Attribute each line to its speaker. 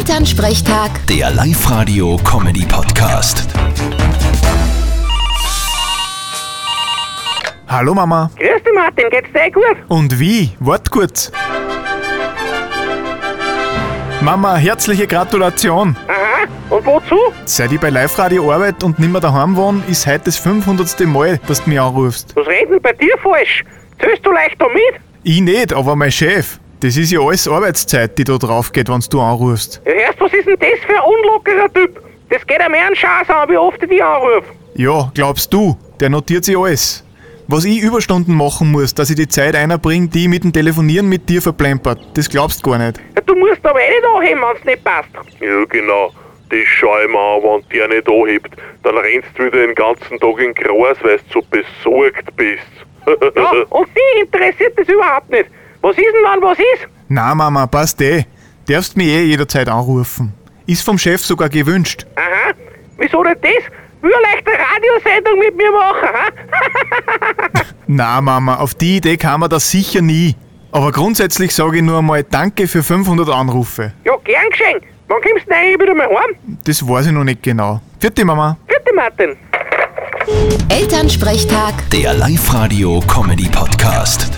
Speaker 1: Elternsprechtag,
Speaker 2: Der Live-Radio-Comedy-Podcast.
Speaker 3: Hallo Mama.
Speaker 4: Grüß dich, Martin, geht's dir eh gut?
Speaker 3: Und wie? Wart kurz. Mama, herzliche Gratulation.
Speaker 4: Aha. Und wozu?
Speaker 3: Seit ich bei Live-Radio arbeite und nimmer daheim wohne, ist heute das 500. Mal, dass du mich anrufst.
Speaker 4: Was reden bei dir falsch? Zählst du leicht damit?
Speaker 3: Ich nicht, aber mein Chef. Das ist ja alles Arbeitszeit, die da drauf geht, wenn du anrufst.
Speaker 4: Ja, erst, was ist denn das für ein unlockerer Typ? Das geht einem mehr einen Schaß an, wie oft ich dich anrufe.
Speaker 3: Ja, glaubst du, der notiert sich alles. Was ich Überstunden machen muss, dass ich die Zeit einbringe, die ich mit dem Telefonieren mit dir verplempert, das glaubst du gar nicht.
Speaker 4: Ja, du musst aber eh nicht anheben, wenn's nicht passt.
Speaker 5: Ja, genau. Das schau ich mir an, wenn der nicht anhebt. Dann rennst du wieder den ganzen Tag in Gras, weil du so besorgt bist.
Speaker 4: Ja, und die interessiert das überhaupt nicht. Was ist denn dann, was ist?
Speaker 3: Na Mama, passt eh. Darfst mich eh jederzeit anrufen. Ist vom Chef sogar gewünscht.
Speaker 4: Aha. Wieso denn das? Will er leicht eine Radiosendung mit mir machen, ha?
Speaker 3: Na Mama, auf die Idee kam man das sicher nie. Aber grundsätzlich sage ich nur einmal Danke für 500 Anrufe.
Speaker 4: ja, gern geschehen. Wann kommst du denn eigentlich wieder mal heim?
Speaker 3: Das weiß ich noch nicht genau. Vierte Mama.
Speaker 4: Bitte, Martin.
Speaker 1: Elternsprechtag.
Speaker 2: Der Live-Radio-Comedy-Podcast.